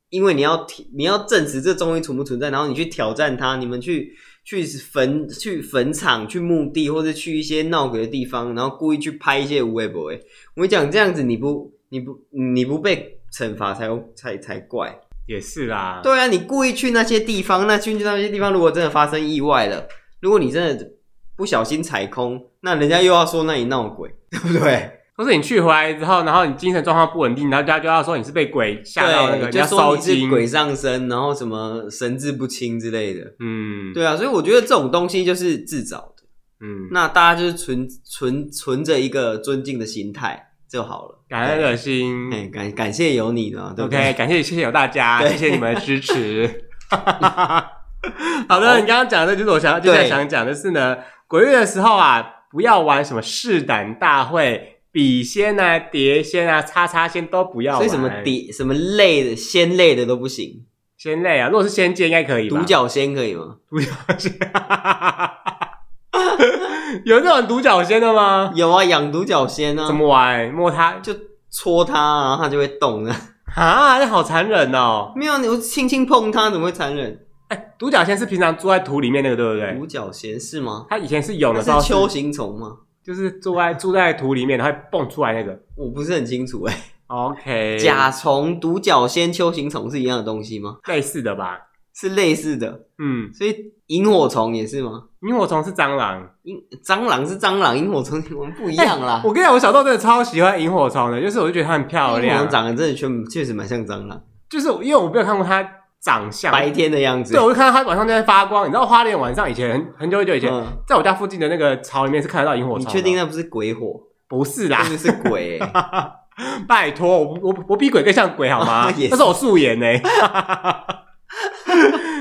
因为你要提你要证实这东西存不存在，然后你去挑战它，你们去去坟去坟场、去墓地，或者去一些闹鬼的地方，然后故意去拍一些无微不微。我跟你讲，这样子你不你不你不被惩罚才有才才怪。也是啦。，对啊，你故意去那些地方，那去那些地方，如果真的发生意外了，如果你真的不小心踩空，那人家又要说那里闹鬼，对不对？或是你去回来之后，然后你精神状况不稳定，然后大家就要说你是被鬼吓到那个，对你要就烧说你是金。鬼上身，然后什么神志不清之类的。嗯，，对啊，所以我觉得这种东西就是自找的。嗯，那大家就是存存存着一个尊敬的心态就好了。感恩的心。哎，感感谢有你呢，对不嗯 OK，对？感谢谢谢有大家， 对谢谢你们的支持。 好的，你刚刚讲的就是我想接下来想讲的是呢，鬼月的时候啊，不要玩什么试胆大会、笔仙啊、碟仙啊、叉叉仙都不要玩。所以什么底什么类的仙类的都不行，仙类啊？如果是仙界应该可以吧？独角仙可以吗？独角仙， 有这种独角仙的吗？有啊，养独角仙怎啊，么玩？摸它就戳它啊，它就会动的。 啊，那好残忍哦！没有，你我轻轻碰它，怎么会残忍？哎，独角仙是平常住在土里面那个，对不对？独角仙是吗？它以前是有那的时候是是秋行虫吗？就是住在住在土里面，然后会蹦出来那个。我不是很清楚哎、 OK，甲虫、独角仙、秋行虫是一样的东西吗？类似的吧？是类似的，嗯，所以萤火虫也是吗？萤火虫是蟑螂，萤蟑螂是蟑螂，萤火虫我们不一 样啦。我跟你讲，我小时候真的超喜欢萤火虫的，哎就是我就觉得它很漂萤火亮虫，长得真的确确实蛮像 蟑螂，就是因为我没有看过它长相，白天的样子。对，我就看到它晚上就在发光。你知道花莲晚上以前很很久很久以前，嗯，在我家附近的那个草里面是看得到萤火虫啊你的。确定那不是 鬼火？不是啦真？的是鬼、欸。拜托，我不我不我比鬼更像鬼好吗 也？是那是我素颜呢、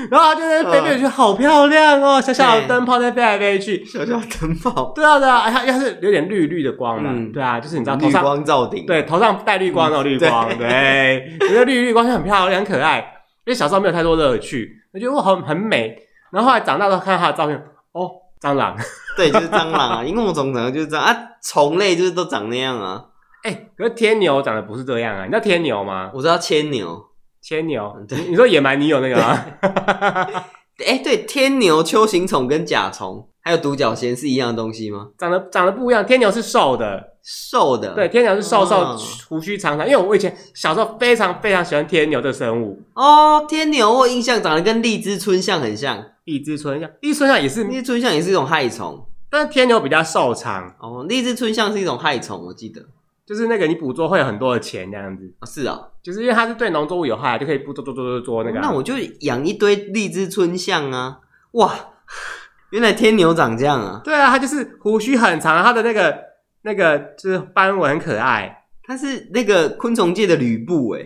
然后它就是飞飞去，好漂亮哦！小小的嗯对灯泡在飞来飞去。小小灯泡，对啊，对啊，哎它它是有点绿绿的光嘛。嗯对啊， 就是你知道头绿上光嗯照顶。对，头上带绿光那种绿光，对，我觉得绿绿光就很漂亮、很可爱。因为小时候没有太多乐趣，我觉得哇，很很美。然后后来长大之后看到他的照片，哦，蟑螂，对，就是蟑螂啊， 萤火虫长得就是这样啊，虫类就是都长那样啊。哎、可是天牛长得不是这样啊？你知道天牛吗？我知道牵牛，牵牛，对你你说野蛮女友那个吗？ 哎、对，天牛、秋行虫跟甲虫还有独角仙是一样的东西吗？长得长得不一样，天牛是瘦的，瘦的，对，，天牛是瘦瘦哦，胡须长长。因为我以前小时候非常非常喜欢天牛这生物，哦，天牛我印象长得跟荔枝春象很像，荔枝春象，荔枝春象也是，荔枝春象也是一种害虫但是天牛比较瘦长，哦，荔枝春象是一种害虫，我记得就是那个你捕捉会有很多的钱这样子。啊、是啊，哦就是因为它是对农作物有害，就可以不做做做做做那个啊、那我就养一堆荔枝春象啊，哇，原来天牛长这样啊，对啊，它就是胡须很长，它的那个那个就是斑纹很可爱。 它是那个昆虫界的吕布哎、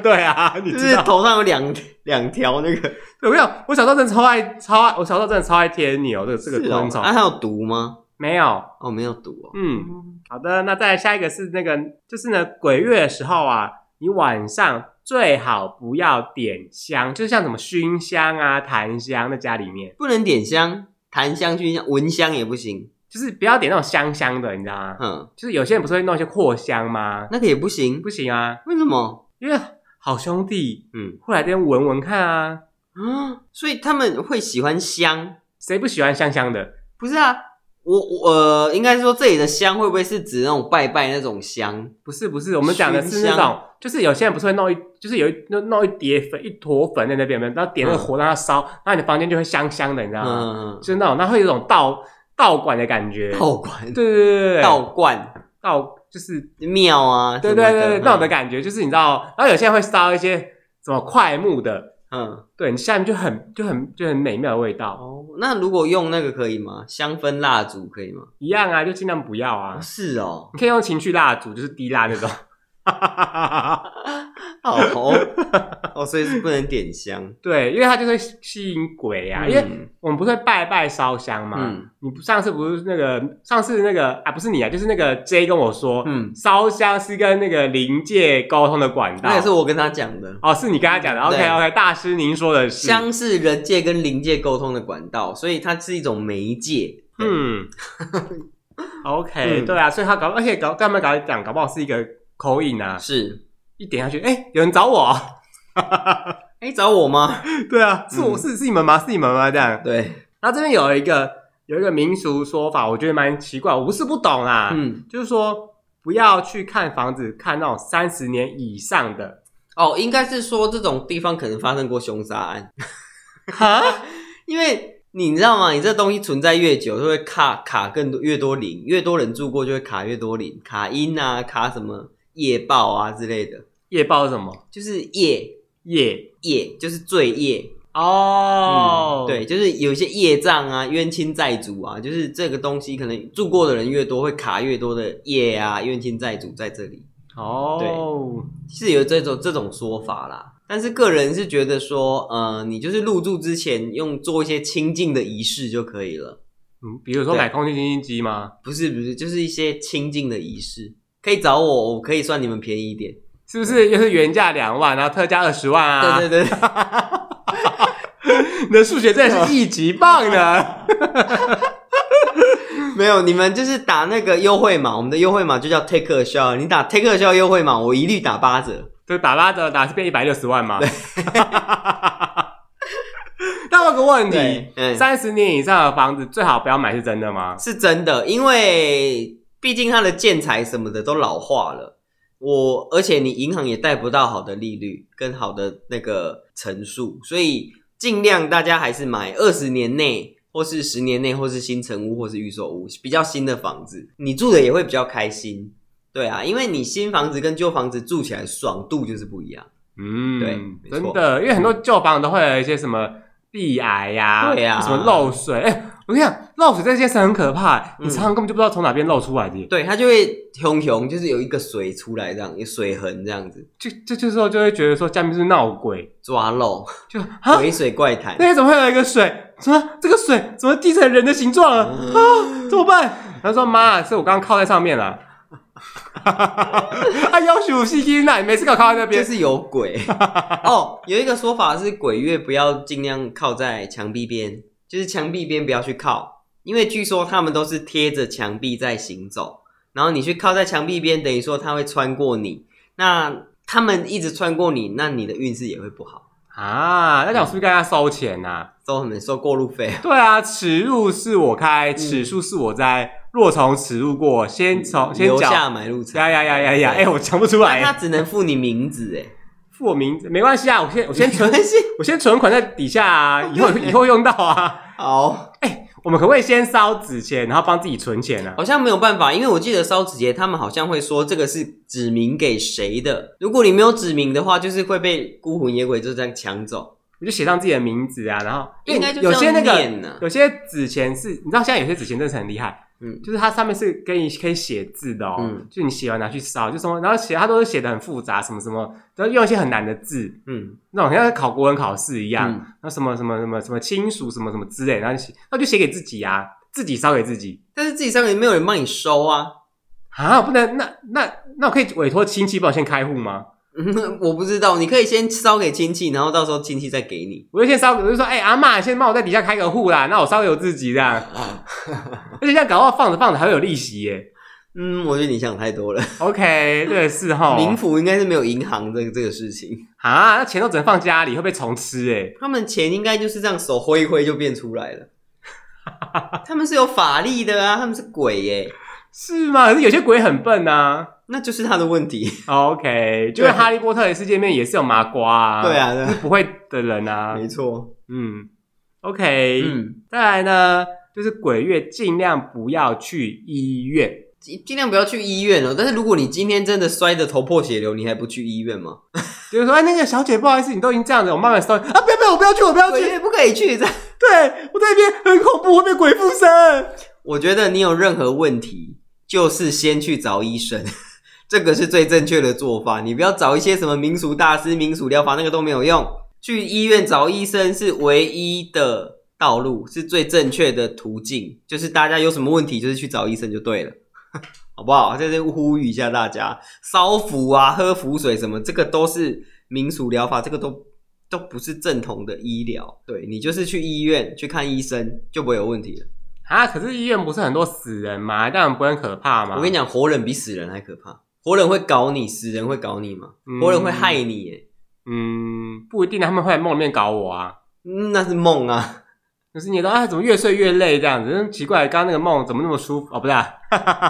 对啊，你就是知道？头上有两两条那个有没有？我小时候真的超爱超爱，我小时候真的超爱天牛这个这个是哦昆虫。啊，它有毒吗？没有，哦，没有毒哦。嗯，好的，那再来下一个是那个，就是呢，鬼月的时候啊，你晚上最好不要点香，就是像什么熏香啊、檀香，在家里面不能点香、檀香、熏香、蚊香也不行。就是不要点那种香香的，你知道吗？嗯，就是有些人不是会弄一些扩香吗？那个也不行。不行啊，为什么？ 因为好兄弟嗯会来这边闻闻看啊，啊，所以他们会喜欢香，谁不喜欢香香的？不是啊？我我呃，应该说这里的香会不会是指那种拜拜那种香？不是不是，我们讲的是那熏种香，就是有些人不是会弄一，就是有一弄弄一叠粉，一坨粉在那边，然后点那个火让它烧，那你的房间就会香香的，你知道吗？嗯，就是那种，那会有一种道道馆的感觉。道观、对对对对对，道观、道就是庙啊，对什么对的对对嗯那种的感觉，就是你知道，然后有些人会烧一些什么块木的，嗯，对你下面就很就很就很美妙的味道，哦，那如果用那个可以吗？香氛蜡烛可以吗？一样啊，就尽量不要啊哦，。是哦，你可以用情趣蜡烛，就是滴蜡那种。 哦哦，所以是不能点香。对，因为它就会吸引鬼啊。因为嗯我们不是会拜拜烧香吗？嗯你不上次不是那个上次那个啊，不是你啊，就是那个 J 跟我说，嗯，烧香是跟那个灵界沟通的管道。那也是我跟他讲的。哦，是你跟他讲的。OK 对 OK，大师您说的是。香是人界跟灵界沟通的管道，所以它是一种媒介。嗯， 嗯，OK，嗯对啊，所以他搞，而且搞干嘛搞讲，搞不好是一个口音啊，是。一点下去，哎、有人找我，哎、找我吗？ 对啊，是我、嗯是是你们吗？是你们吗？这样，对，然后这边有一个有一个民俗说法，我觉得蛮奇怪，我不是不懂啦，嗯，就是说不要去看房子，看那种三十年以上的。哦，应该是说这种地方可能发生过凶杀案，哈， 因为你知道吗？你这东西存在越久，就会卡卡更多，越多零，越多人住过就会卡越多零，卡音啊，卡什么夜报啊之类的，夜报是什么就是夜夜夜就是罪业。哦、嗯，，对，就是有一些业障啊、冤亲债主啊，就是这个东西可能住过的人越多，会卡越多的业啊、冤亲债主在这里，哦，是有这种这种说法啦。但是个人是觉得说，呃，你就是入住之前用做一些清净的仪式就可以了，嗯，比如说对买空气清新机吗？不是不是，就是一些清净的仪式，可以找我，我可以算你们便宜一点。是不是又是原价两万，然后特价二十万啊？对对对，你的数学真的是一级棒 呢！ 没有，你们就是打那个优惠码，我们的优惠码就叫 take a shot，你打 take a shot 优惠码，我一律打八折。就打八折，打是变一百六十万嘛。 那我有个问题对，嗯三十年以上的房子最好不要买，是真的吗？是真的，因为毕竟它的建材什么的都老化了。我而且你银行也贷不到好的利率跟好的那个陈述，所以尽量大家还是买二十年内，或是十年内，或是新城屋，或是预售屋，比较新的房子，你住的也会比较开心。对啊，因为你新房子跟旧房子住起来爽度就是不一样。嗯，对没真错的，因为很多旧房都会有一些什么壁癌呀、对呀什么漏水。哎、我跟你讲，漏水这件事很可怕、嗯你常常根本就不知道从哪边漏出来的耶。对，它就会熊熊，就是有一个水出来这样，有水痕这样子就这这时候就会觉得说，下面是不是闹鬼，抓漏，就啊，鬼水怪谈。那边怎么会有一个水？什么这个水怎么滴成人的形状了？嗯啊，怎么办？然后说妈，是我刚刚靠在上面了。 啊，要求细心呐，你每次给我靠在那就边，是 有鬼哦。有一个说法是，鬼月不要尽量靠在墙壁边，就是墙壁边不要去靠，因为据说他们都是贴着墙壁在行走，然后你去靠在墙壁边，等于说他会穿过你。那他们一直穿过你，那你的运势也会不好，啊，那讲是不是该要收钱呐、收很收过路 费。对啊，此路是我开，此树是我栽。若从此路过，先从先留缴。下买路钱，呀呀呀呀呀！哎、嗯对我讲不出那他 来。只能付你名字哎，付我名字没关系啊，我先 我先存，但是我先存款在底下啊，以 后以后用到啊。好，我们可不可以先烧纸钱，然后帮自己存钱呢、啊？好像没有办法，因为我记得烧纸节他们好像会说这个是指明给谁的，如果你没有指明的话，就是会被孤魂野鬼就这样抢走。我就写上自己的名字啊，然后应该就有些那这样个念啊呐有些纸钱是，你知道现在有些纸钱真的是很厉害，嗯就是它上面是可以可以写字的哦，嗯就你写完拿去烧，就什么，然后写它都是写的很复杂，什么什么，然后用一些很难的字，嗯，那种像在考国文考试一样，嗯那什么什么什么什么亲属什么什么之类，然后就写，那就写给自己啊，自己烧给自己但是自己上面没有人帮你收啊， 啊，不能那那那我可以委托亲戚帮我先开户吗？嗯我不知道，你可以先烧给亲戚，然后到时候亲戚再给你。我就先烧，我就说，哎、阿妈，先帮我在底下开个户啦，那我烧给我自己这样，啊而且这样搞不好放着放着还会有利息耶。嗯，我觉得你想太多了， OK，对，是哈，冥府应该是没有银行这个这个事情，啊，那钱都只能放家里，会被虫吃哎。他们钱应该就是这样手挥一挥就变出来 了。他们是有法力的啊，他们是鬼耶、是吗？可是有些鬼很笨呐、那就是他的问题。 OK，就跟哈利波特的世界面也是有麻瓜啊，对，啊，对啊，不会的人啊，没错。嗯，OK，嗯，再来呢，就是鬼月尽量不要去医院。尽尽量不要去医院哦。但是如果你今天真的摔得头破血流，你还不去医院吗？就是说，哎，那个小姐，不好意思，你都已经这样子，我慢慢收。啊，不要不要，我不要去，我不要去。对，不可以去这样。对我在那边很恐怖，会被鬼附身。我觉得你有任何问题，就是先去找医生， 这个是最正确的做法。你不要找一些什么民俗大师、民俗疗法，那个都没有用。去医院找医生是唯一的道路，是最正确的途径。就是大家有什么问题，就是去找医生就对了。 好不好？在这呼吁一下大家，烧符啊、喝符水什么，这个都是民俗疗法，这个都都不是正统的医疗。对你就是去医院去看医生，就不会有问题了。啊，可是医院不是很多死人吗？当然不会很可怕吗？我跟你讲，讲，活人比死人还可怕。活人会搞你，死人会搞你吗？嗯活人会害你耶，嗯，不一定，他们会在梦里面搞我啊。嗯那是梦啊。可是你说，啊，怎么越睡越累这样子？嗯奇怪，刚刚那个梦怎么那么舒服？哦，不是、啊，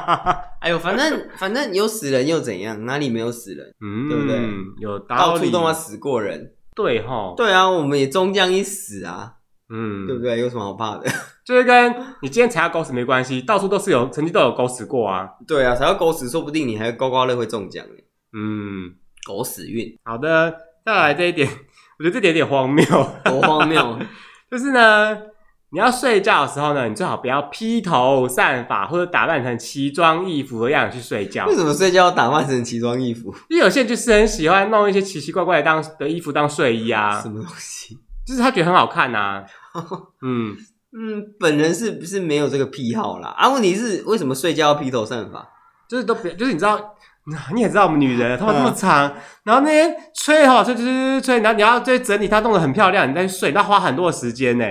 哎呦，反 正反正有死人又怎样？哪里没有死人？嗯，对不对？有道到理处，都嘛死过人。对吼，对啊，我们也终将一死啊，嗯，对不对？有什么好怕的？就是跟你今天踩到狗屎没关系，到处都是有曾经都有狗屎过啊。 对啊，踩到狗屎，说不定你还刮刮乐会中奖呢。嗯，狗屎运，好的，再来这一点， 我觉得这点有点荒谬， 多荒 谬！就是呢，你要睡觉的时候呢，你最好不要披头散发或者打扮成奇装异服的样子去睡觉为，什么睡觉要打扮成奇装异服？因为有些人就是很喜欢弄一些奇奇怪怪的当的衣服当睡衣 啊什，么东西？就是他觉得很好看 呐、啊。嗯，嗯，本人是不是没有这个癖好啦？啊，问题是为什么睡觉要披头散发？就是都别，就是你知道。 你也知道我们女 人头发那么长，然后那天吹哈吹吹吹吹，然后你要再整理它，弄得很漂亮，你再去睡，那花很多的时间呢、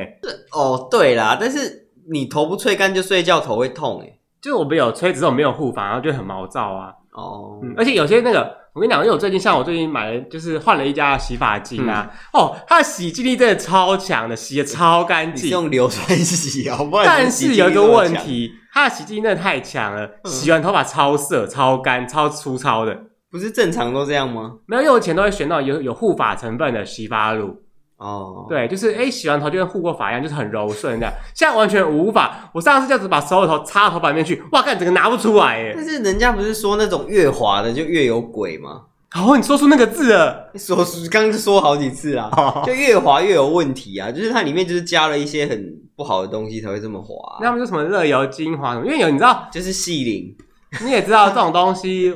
哦，对啦，但是你头不吹干就睡觉，头会痛哎、就我们有吹，只是我没有护发，然后就很毛躁啊。哦，嗯，而且有些那个，我跟你讲，因为我最近像我最近买了，就是换了一家洗发精啊，嗯哦，它的洗净力真的超强的，洗的超干你是净。用硫酸洗哦， 不然但你洗是精有一力个这么问强，嗯题，它的洗净力真的太强了，洗完头发超涩、超干、超粗糙的。不是正常都这样吗？没有，因为我以前都会选到有有护发成分的洗发乳，哦，对，就是哎、诶洗完头就跟护过发一样，就是很柔顺这样。现在完全无法，我上次这样子把手指头插到头发里面去，哇，干整个拿不出来耶！但是人家不是说那种越滑的就越有鬼吗？哦，你说出那个字了，说刚刚说好几次啦，哦就越滑越有问题啊！就是它里面就是加了一些很不好的东西才会这么滑那啊、他们就什么热油精华什么，因为有你知道，就是细鳞。 你也知道这种东西。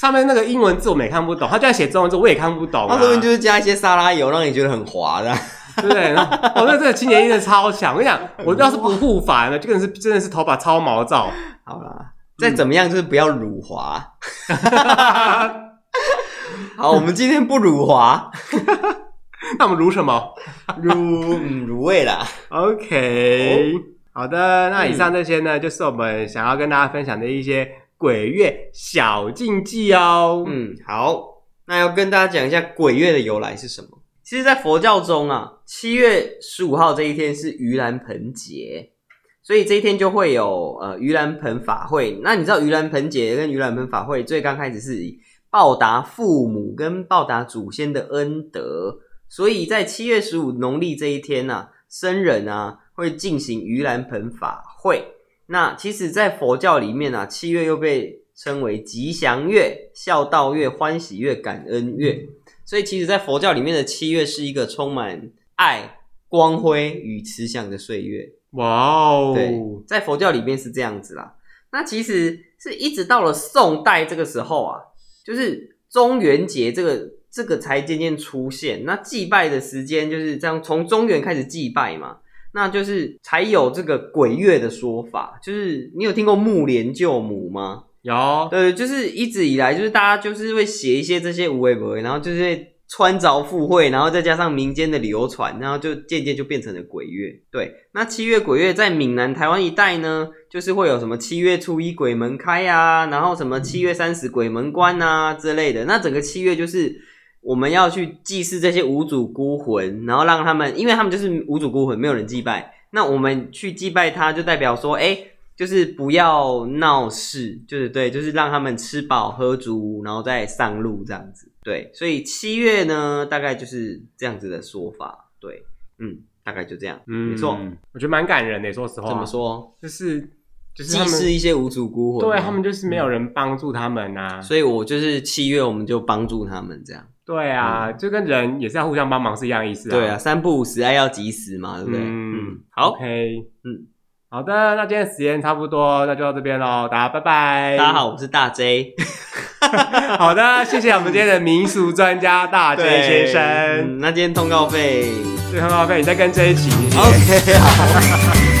上面那个英文字我们也看不懂，他就算写中文字我也看不懂、啊。它说不定就是加一些沙拉油，让你觉得很滑的啊、对不对？我那真的清洁力真的超强。我跟你讲，我要是不护发呢，这个人是真的是头发超毛躁。好啦，再怎么样就是不要辱华。 好，我们今天不辱华，那我们如什么辱嗯辱味啦。 ？OK，、好哦的。那以上这些呢，就是我们想要跟大家分享的一些鬼月小禁忌哦。嗯，好，那要跟大家讲一下鬼月的由来是什么。其实，在佛教中啊，七月十五号这一天是盂兰盆节，所以这一天就会有呃盂兰盆法会。那你知道盂兰盆节跟盂兰盆法会最刚开始是以报答父母跟报答祖先的恩德，所以在七月十五农历这一天呢、啊，僧人啊会进行盂兰盆法会。那其实，在佛教里面啊，七月又被称为吉祥月、孝道月、欢喜月、感恩月，所以其实，在佛教里面的七月是一个充满爱、光辉与慈祥的岁月。哇哦，对，在佛教里面是这样子啦。那其实是一直到了宋代这个时候啊，就是中元节这个这个才渐渐出现。那祭拜的时间就是这样，从中元开始祭拜嘛，那就是才有这个鬼月的说法。就是你有听过木莲救母吗？有对，就是一直以来，就是大家就是会写一些这些无为不为，然后就是会穿凿附会，然后再加上民间的流传，然后就渐渐就变成了鬼月。对，那七月鬼月在闽南、台湾一带呢，就是会有什么七月初一鬼门开啊，然后什么七月三十鬼门关啊之类的。那整个七月就是我们要去祭祀这些无主孤魂，然后让他们，因为他们就是无主孤魂，没有人祭拜，那我们去祭拜他，就代表说，哎、就是不要闹事，就是对，就是让他们吃饱喝足，然后再上路这样子。对，所以七月呢，大概就是这样子的说法。对，嗯，大概就这样。嗯没错，我觉得蛮感人的。说实话，怎么？说？就是就是祭他祀们，一嗯些无主孤魂吗，啊对他们就是没有人帮助他们啊呐、所以我就是七月，我们就帮助他们这样。对啊，就跟人也是要互相帮忙是一样的意思啊。嗯对啊，三不五时，爱要及时嘛，对不对？嗯嗯，好， ，OK，嗯，好的，那今天时间差不多，那就到这边喽，大家拜拜。大家，好，我是大 J， 好的，谢谢我们今天的民俗专家大 J 先生。嗯那今天通告费 对，很好，费，你再跟这一起。谢谢，OK 好。